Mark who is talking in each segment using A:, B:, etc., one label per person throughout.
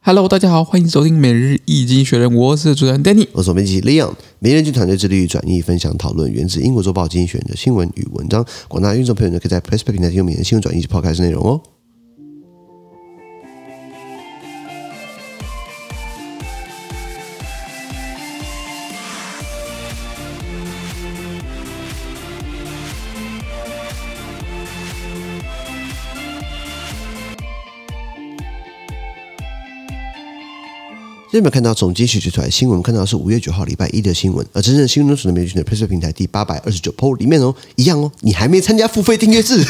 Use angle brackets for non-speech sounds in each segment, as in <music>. A: Hello，大家好，欢迎收听每日易经学人，我是主持人 Danny。
B: 我是总编辑 Leon。每日经团队致力于转译、分享、讨论源自英国《周报》精选的新闻与文章。广大听众朋友呢，可以在 Press Play 平台听每日新闻转译及 Podcast 内容哦。这边有没有看到总经选取出来的新闻，我们看到的是五月九号礼拜一的新闻，而真正新闻所的媒体群的 Press Play 平台第八百二十九 PO 里面哦，一样哦，你还没参加
A: <laughs>
B: 付费订阅制，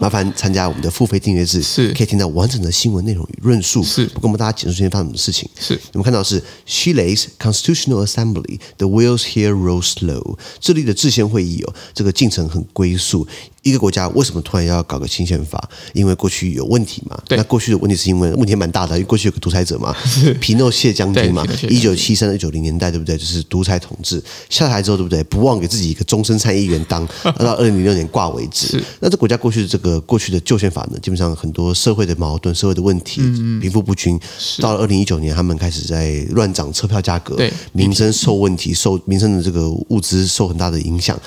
B: 麻烦参加我们的付费订阅制，
A: 是
B: 可以听到完整的新闻内容与论述。
A: 是
B: 不过我们大家简述今天发生什么事情。
A: 是
B: 我们看到的是 She Lays Constitutional Assembly the wheels here roll slow。智利的制宪会议哦，这个进程很龟速。一个国家为什么突然要搞个新宪法？因为过去有问题嘛。
A: 对
B: 那过去的问题是因为问题蛮大的，因为过去有个独裁者
A: <laughs>
B: 嘛，皮诺谢将军嘛
A: 对皮诺谢，将军
B: 一九七三到一九零年代，对不对？就是独裁统治下台之后，对不对？不忘给自己一个终身参议
A: <laughs>
B: 员当，到二零零六年挂为止
A: 是。
B: 那这国家过去的这个过去的旧宪法呢，基本上很多社会的矛盾、社会的问题、
A: 嗯
B: 贫富不均，到了二零一九年，他们开始在乱涨车票价格
A: 对，
B: 民生受问题，受民生的这个物资受很大的影响。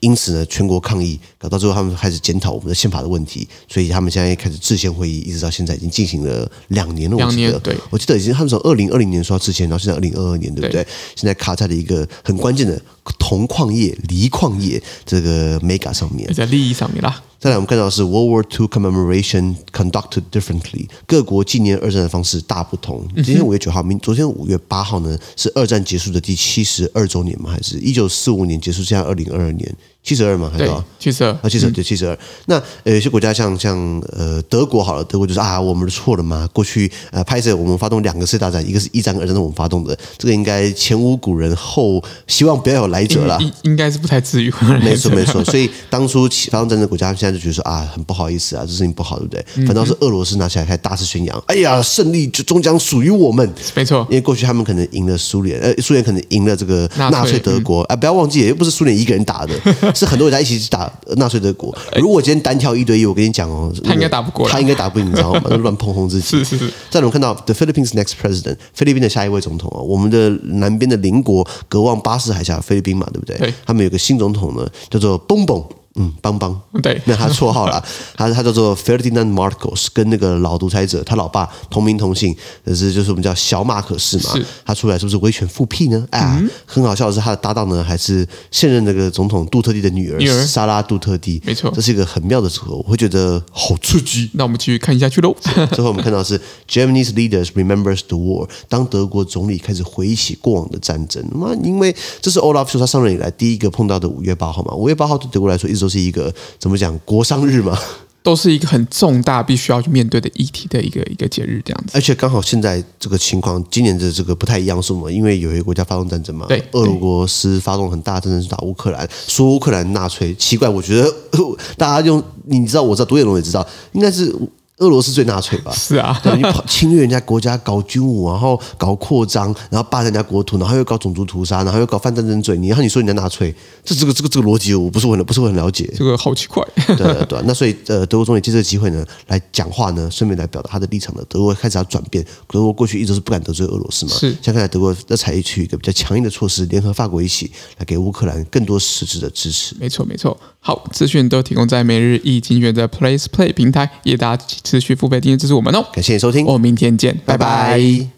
B: 因此呢，全国抗议，搞到最后他们开始检讨我们的宪法的问题，所以他们现在开始制宪会议，一直到现在已经进行了两年了。我
A: 两
B: 记
A: 年
B: 得
A: 对
B: 我记得已经他们从二零二零年说要之前，然后现在二零二二年，对不对？
A: 对
B: 现在卡在了一个很关键的铜矿业、锂矿业这个 mega 上面
A: 也。哎在利益上面啦，
B: 再来，我们看到的是 World War II commemoration conducted differently，各国纪念二战的方式大不同。今天五月九号，明昨天五月八号呢，是二战结束的第七十二周年吗？还是一九四五年结束，现在二零二二年七十二吗？还是
A: 对
B: 多少？，
A: 其实
B: 啊，七十二对七十二。那呃，有些国家像像呃德国好了，德国就是啊，我们错了嘛。过去呃拍摄我们发动两个世界大战，一个是一战、二战，是我们发动的，这个应该前无古人后，希望不要有来者啦。
A: 应应该是不太至于，
B: 没
A: <laughs>
B: 错没
A: 嗯
B: 错，所以当初起发动战争的国家，现在就觉得说啊，很不好意思啊，这事情不好，对不对？反倒是俄罗斯拿起来开始大肆宣扬，哎呀，胜利就终将属于我们。
A: 没错
B: 因，为过去他们可能赢了苏联，呃，苏联可能赢了这个
A: 纳粹嗯
B: 纳粹德国，啊、不要忘记，也不是苏联一个人打
A: <laughs>
B: 的，是很多人家一起去打呃纳粹德国。如果今天单挑一对一，我跟你讲哦，
A: 哎他应该打不过啦
B: 他应该打不赢，你知道
A: <laughs>
B: 吗？乱碰轰自己。
A: 是是是。
B: 再来我们看到 The Philippines next president，菲律宾的下一位总统啊，我们的南边的邻国隔望巴士海峡菲律宾嘛，对不对？
A: 对
B: 他们有个新总统呢，叫做蹦蹦。嗯，邦邦，
A: 对
B: 那他绰号啦， <laughs> 他他叫做 Ferdinand Marcos，跟那个老独裁者他老爸同名同姓，可是就是我们叫小马可是嘛
A: 是，嗯
B: 他出来是不是威权复辟呢？啊，很好笑的是他的搭档呢还是现任那个总统杜特地的女儿
A: 女儿
B: 莎拉杜特地，
A: 没错
B: 这是一个很妙的组合，我会觉得好刺
A: <laughs>
B: 激。
A: 那我们继续看下去喽。
B: 最后我们看到的是 Germany's leaders remembers the war。当德国总理开始回忆起过往的战争，那因为这是 Olaf Scholz 他上任以来第一个碰到的五月八号嘛，五月八号对德国来说一直都是一个怎么讲国殇日嘛，
A: <laughs> 都是一个很重大必须要去面对的议题的一个一个节日，这样子。
B: 而且刚好现在这个情况，今年的这个不太一样，是什么？因为有一个国家发动战争嘛，
A: 对
B: 俄罗斯发动很大的战争去打乌克兰，说乌克兰纳粹，奇怪，我觉得 <laughs> 大家用你知道，我知道，独眼龙也知道，应该是俄罗斯最纳粹吧。
A: 是啊，
B: 对，你跑侵略人家国家，搞军武，然后搞扩张，然后霸占人家国土，然后又搞种族屠杀，然后又搞犯战争罪，你然后你说人家纳粹，这这个这个这个逻辑，我不是很不是很了解。
A: 这个好奇怪。 <laughs>
B: 对对对，那所以呃，德国总理借这个机会呢，来讲话呢，顺便来表达他的立场呢。德国开始要转变，德国过去一直是不敢得罪俄罗斯嘛，
A: 是
B: 现在看来德国要采取一个比较强硬的措施，联合法国一起来给乌克兰更多实质的支持。
A: 没错，没错。好，资讯都提供在每日易经学的 Place Play 平台，也大家持续付费订阅支持我们哦。
B: 感谢你收听，
A: 我们明天见，拜拜
B: 拜拜